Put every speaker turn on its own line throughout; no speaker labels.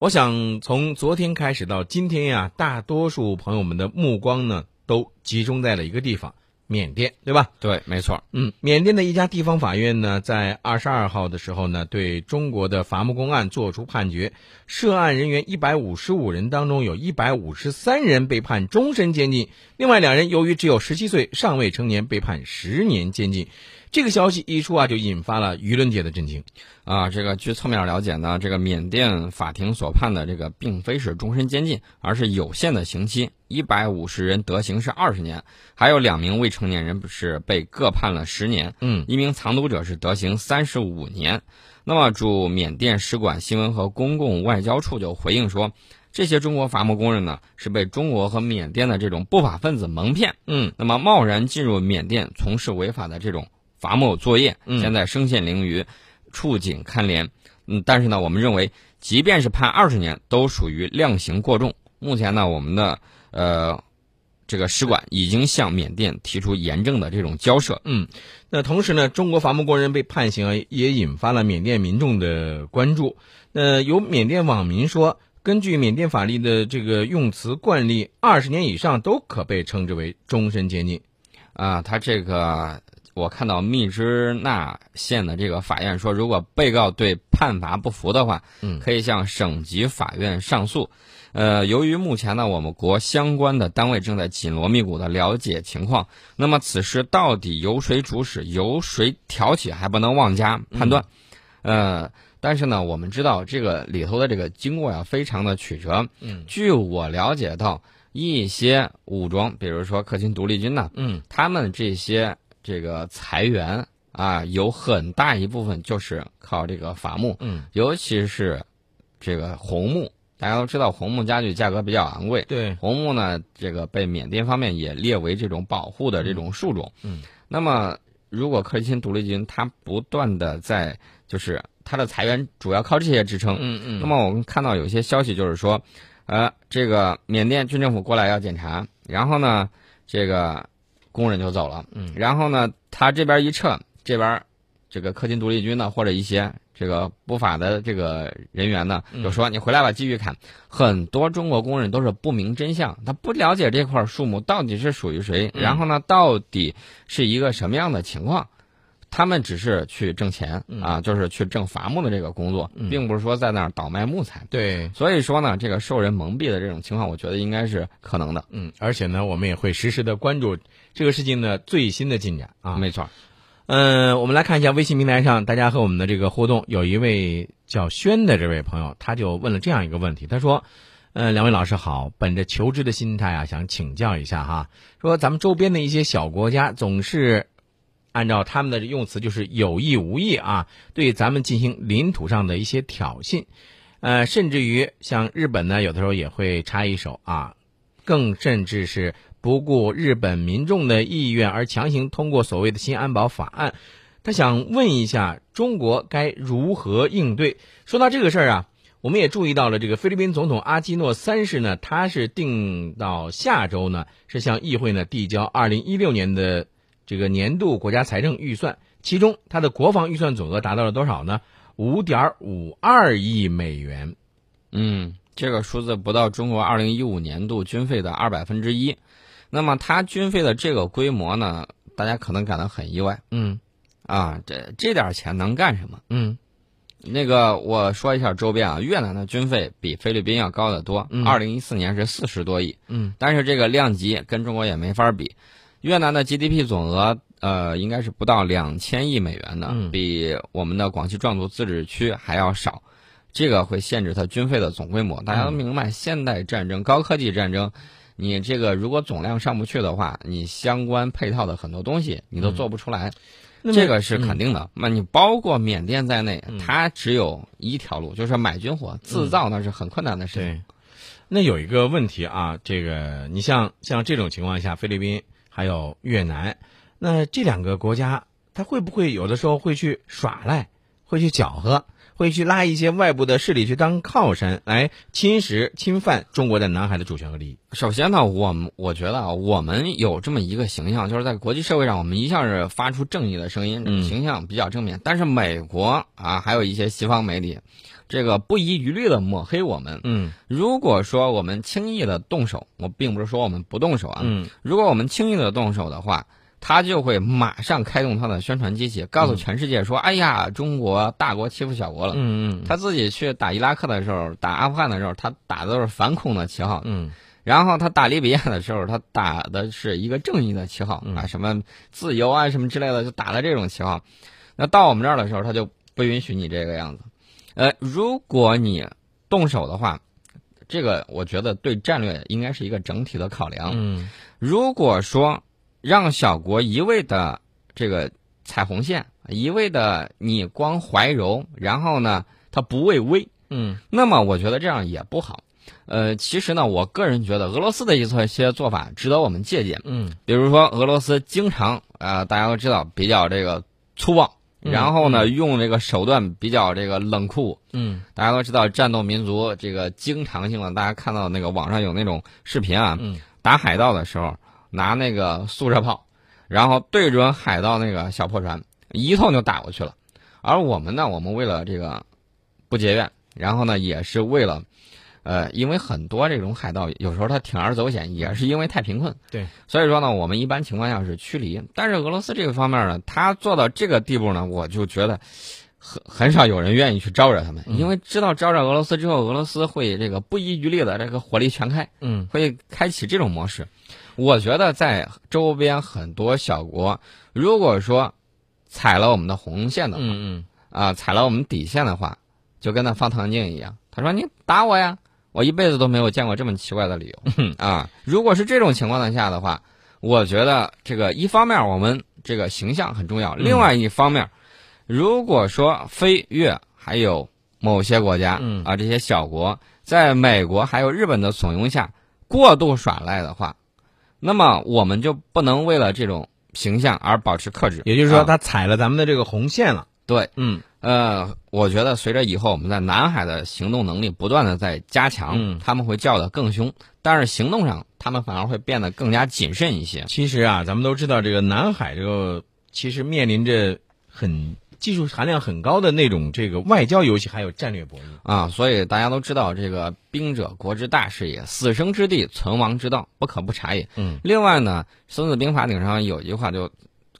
我想从昨天开始到今天呀、大多数朋友们的目光呢都集中在了一个地方——缅甸，对吧？
对，没错。
嗯，缅甸的一家地方法院呢，在二十二号的时候呢，对中国的伐木工案作出判决，涉案人员一百五十五人当中，有一百五十三人被判终身监禁，另外两人由于只有十七岁，尚未成年，被判十年监禁。这个消息一出啊，就引发了舆论界的震惊。
啊，这个据侧面了解呢，这个缅甸法庭所判的这个并非是终身监禁，而是有限的刑期，一百五十人得刑是二十年，还有两名未成年人是被各判了十年，
嗯，
一名藏毒者是得刑三十五年。那么，驻缅甸使馆新闻和公共外交处就回应说，这些中国伐木工人呢是被中国和缅甸的这种不法分子蒙骗，
嗯，
那么贸然进入缅甸从事违法的这种伐木作业，
嗯
现在身陷囹圄，触景堪怜。嗯，但是呢，我们认为，即便是判二十年，都属于量刑过重。目前呢，我们的呃这个使馆已经向缅甸提出严正的这种交涉。
那同时呢，中国伐木工人被判刑啊，也引发了缅甸民众的关注。那有缅甸网民说，根据缅甸法律的这个用词惯例，二十年以上都可被称之为终身监禁。
啊，他这个我看到密支那县的这个法院说，如果被告对判罚不服的话，
嗯
可以向省级法院上诉。呃，由于目前呢，我们国相关的单位正在紧锣密鼓的了解情况，那么此事到底由谁主使、由谁挑起，还不能妄加
嗯
判断。呃，但是呢，我们知道这个里头的这个经过呀、非常的曲折。
嗯，
据我了解到，一些武装，比如说克钦独立军呐、
嗯
他们这些这个裁员啊，有很大一部分就是靠这个伐木，
嗯，
尤其是这个红木。大家都知道，红木家具价格比较昂贵，
对，
红木呢，这个被缅甸方面也列为这种保护的这种树种。
嗯嗯
那么如果克里钦独立军它不断的在，就是它的裁员主要靠这些支撑。
嗯嗯
那么我们看到有一些消息就是说，呃，这个缅甸军政府过来要检查，然后呢，这个工人就走了，
嗯，
然后呢，他这边一撤，这边这个氪金独立军呢，或者一些这个不法的这个人员呢，
嗯
就说你回来吧，继续砍。很多中国工人都是不明真相，他不了解这块树木到底是属于谁，
嗯
然后呢，到底是一个什么样的情况。他们只是去挣钱
嗯
啊，就是去挣伐木的这个工作
嗯，
并不是说在那儿倒卖木材。
对，
所以说呢，这个受人蒙蔽的这种情况，我觉得应该是可能的。
嗯，而且呢，我们也会实时的关注这个事情的最新的进展啊。
没错，
嗯，我们来看一下微信平台上大家和我们的这个互动，有一位叫轩的这位朋友，他就问了这样一个问题，他说：“嗯、两位老师好，本着求知的心态啊，想请教一下哈，说咱们周边的一些小国家总是按照他们的用词就是有意无意啊，对咱们进行领土上的一些挑衅，呃，甚至于像日本呢，有的时候也会插一手啊，更甚至是不顾日本民众的意愿而强行通过所谓的新安保法案。他想问一下，中国该如何应对？说到这个事儿啊，我们也注意到了，这个菲律宾总统阿基诺三世呢，他是定到下周呢，是向议会呢递交二零一六年的这个年度国家财政预算，其中他的国防预算总额达到了多少呢？五点五二亿美元。
嗯，这个数字不到中国二零一五年度军费的二百分之一。那么它军费的这个规模呢，大家可能感到很意外
嗯
啊，这这点钱能干什么？
嗯
那个我说一下周边啊，越南的军费比菲律宾要高得多
嗯，
二零一四年是四十多亿，
嗯
但是这个量级跟中国也没法比。越南的 GDP 总额呃应该是不到两千亿美元的，
嗯
比我们的广西壮族自治区还要少。这个会限制它军费的总规模。大家都
嗯
明白，现代战争、高科技战争，你这个如果总量上不去的话，你相关配套的很多东西你都做不出来，
嗯那么嗯
这个是肯定的。那、你包括缅甸在内，它只有一条路，就是买军
嗯
火，自造那是很困难的事情。
对，那有一个问题啊，这个你像像这种情况下，菲律宾还有越南，那这两个国家，他会不会有的时候会去耍赖，会去搅和，会去拉一些外部的势力去当靠山，来侵蚀、侵犯中国在南海的主权和利益？
首先呢，我们我觉得啊，我们有这么一个形象，就是在国际社会上，我们一向是发出正义的声音，
嗯
形象比较正面。但是美国啊，还有一些西方媒体，这个不遗余力的抹黑我们。
嗯
如果说我们轻易的动手，我并不是说我们不动手啊，
嗯
如果我们轻易的动手的话，他就会马上开动他的宣传机器，告诉全世界说：“哎呀，中国大国欺负小国了。
嗯嗯
他自己去打伊拉克的时候，打阿富汗的时候，他打的都是反恐的旗号；
嗯
然后他打利比亚的时候，他打的是一个正义的旗号
嗯
啊，什么自由啊，什么之类的，就打了这种旗号。那到我们这儿的时候，他就不允许你这个样子。呃，如果你动手的话，这个我觉得对战略应该是一个整体的考量。
嗯
如果说让小国一味的这个踩红线，一味的你光怀柔，然后呢，他不畏威，
嗯
那么我觉得这样也不好。呃，其实呢，我个人觉得俄罗斯的一些些做法值得我们借鉴。
嗯
比如说，俄罗斯经常啊、呃大家都知道比较这个粗暴，
嗯
然后呢，用这个手段比较这个冷酷。
嗯
大家都知道，战斗民族这个经常性的，大家看到那个网上有那种视频啊，
嗯
打海盗的时候拿那个速射炮，然后对准海盗那个小破船，一通就打过去了。而我们呢，我们为了这个不结怨，然后呢，也是为了，呃，因为很多这种海盗有时候他铤而走险，也是因为太贫困。
对，
所以说呢，我们一般情况下是驱离，但是俄罗斯这个方面呢，他做到这个地步呢，我就觉得。很很少有人愿意去招惹他们，因为知道招惹俄罗斯之后，俄罗斯会这个不遗余力的这个火力全开，
嗯
会开启这种模式。我觉得在周边很多小国，如果说踩了我们的红线的话，
嗯
啊、踩了我们底线的话，就跟那放糖精一样。他说你打我呀，我一辈子都没有见过这么奇怪的理
嗯
由啊。如果是这种情况下的话，我觉得这个一方面我们这个形象很重要，
嗯
另外一方面，如果说飞越还有某些国家
嗯
啊这些小国，在美国还有日本的怂恿下过度耍赖的话，那么我们就不能为了这种形象而保持克制。
也就是说，
啊
他踩了咱们的这个红线了。
对。
嗯
呃，我觉得随着以后我们在南海的行动能力不断的在加强，
嗯
他们会叫得更凶，但是行动上他们反而会变得更加谨慎一些。
其实啊，咱们都知道这个南海这个其实面临着很技术含量很高的那种这个外交游戏，还有战略博弈。
啊，所以大家都知道，这个兵者，国之大事也。死生之地，存亡之道，不可不察也。
嗯
另外呢，《孙子兵法》顶上有一句话就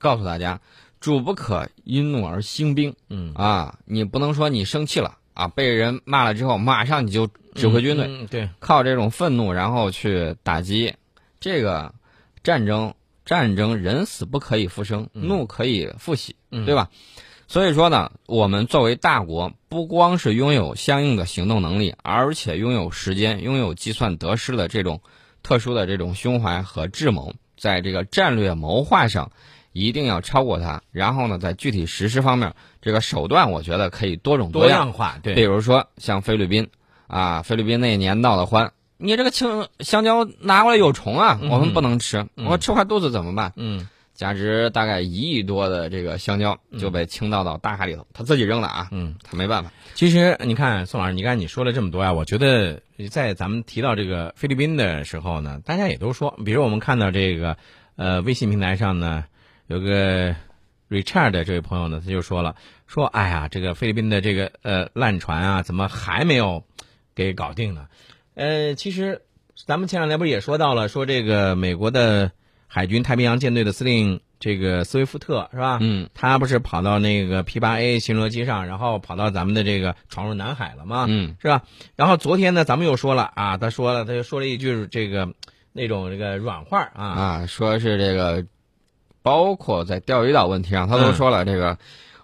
告诉大家：主不可因怒而兴兵
嗯，
啊！你不能说你生气了啊，被人骂了之后，马上你就指挥军队，
嗯对，
靠这种愤怒然后去打击，这个战争战争人死不可以复生，
嗯
怒可以复喜，
嗯
对吧？所以说呢，我们作为大国，不光是拥有相应的行动能力，而且拥有时间、拥有计算得失的这种特殊的这种胸怀和智谋，在这个战略谋划上一定要超过它。然后呢，在具体实施方面，这个手段我觉得可以多种
多
样。
样化，
比
对，
如说像菲律宾啊，菲律宾那一年闹得欢，你这个青香蕉拿过来有虫啊，
嗯
我们不能吃，
嗯
我吃坏肚子怎么办？
嗯
价值大概一亿多的这个香蕉就被倾倒到大海里头，他自己扔的啊，
嗯。
他没办法。
其实你看，宋老师，你刚才你说了这么多啊，我觉得在咱们提到这个菲律宾的时候呢，大家也都说，比如我们看到这个呃微信平台上呢，有个 Richard 的这位朋友呢，他就说了，说哎呀，这个菲律宾的这个呃烂船啊，怎么还没有给搞定呢？呃，其实咱们前两天不是也说到了，说这个美国的海军太平洋舰队的司令这个斯威夫特是吧？
嗯
他不是跑到那个 P 八 A 巡逻机上，然后跑到咱们的这个闯入南海了吗？
嗯
是吧？然后昨天呢，咱们又说了啊，他说了，他又说了一句这个那种这个软话啊，
啊，说是这个，包括在钓鱼岛问题上，他都说了这
嗯
个，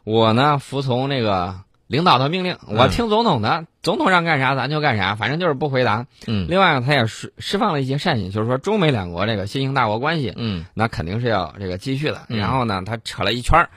我呢服从这个。领导的命令，我
嗯
听总统的，总统让干啥咱就干啥，反正就是不回答。
嗯
另外，他也释释放了一些善意，就是说中美两国这个新型大国关系，
嗯
那肯定是要这个继续的。
嗯
然后呢，他扯了一圈儿。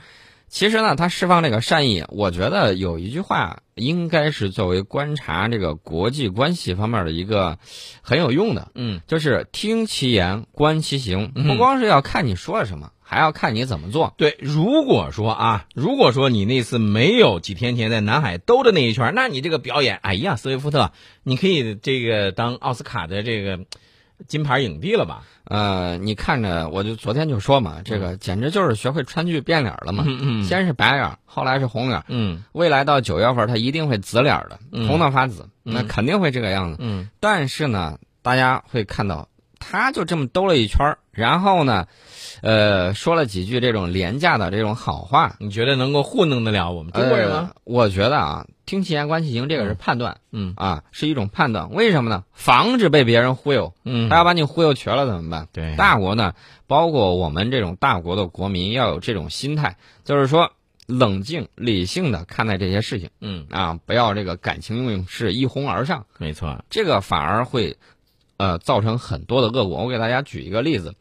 其实呢，他释放这个善意，我觉得有一句话应该是作为观察这个国际关系方面的一个很有用的，
嗯
就是听其言，观其行。
嗯
不光是要看你说了什么，还要看你怎么做。
对。如果说啊，如果说你那次没有几天前在南海兜的那一圈，那你这个表演，哎呀，斯威夫特，你可以这个当奥斯卡的这个。金牌影帝了吧？
呃，你看着，我就昨天就说嘛，这
嗯
个简直就是学会川剧变脸了嘛。先是白脸儿，后来是红脸儿，
嗯
未来到九月份他一定会紫脸儿的，
嗯
红到发紫，
嗯
那肯定会这个样子。
嗯
但是呢，大家会看到，他就这么兜了一圈儿，然后呢，呃，说了几句这种廉价的这种好话。
你觉得能够糊弄得了我们中国人吗？
呃我觉得啊，听其言观其行，这个是判断、
嗯
啊，是一种判断。为什么呢？防止被别人忽悠，
嗯哎
他要把你忽悠瘸了怎么办？
对，
大国呢，包括我们这种大国的国民要有这种心态，就是说冷静理性的看待这些事情
嗯，
啊，不要这个感情用事一哄而上，
没错。
这个反而会呃造成很多的恶果。我给大家举一个例子，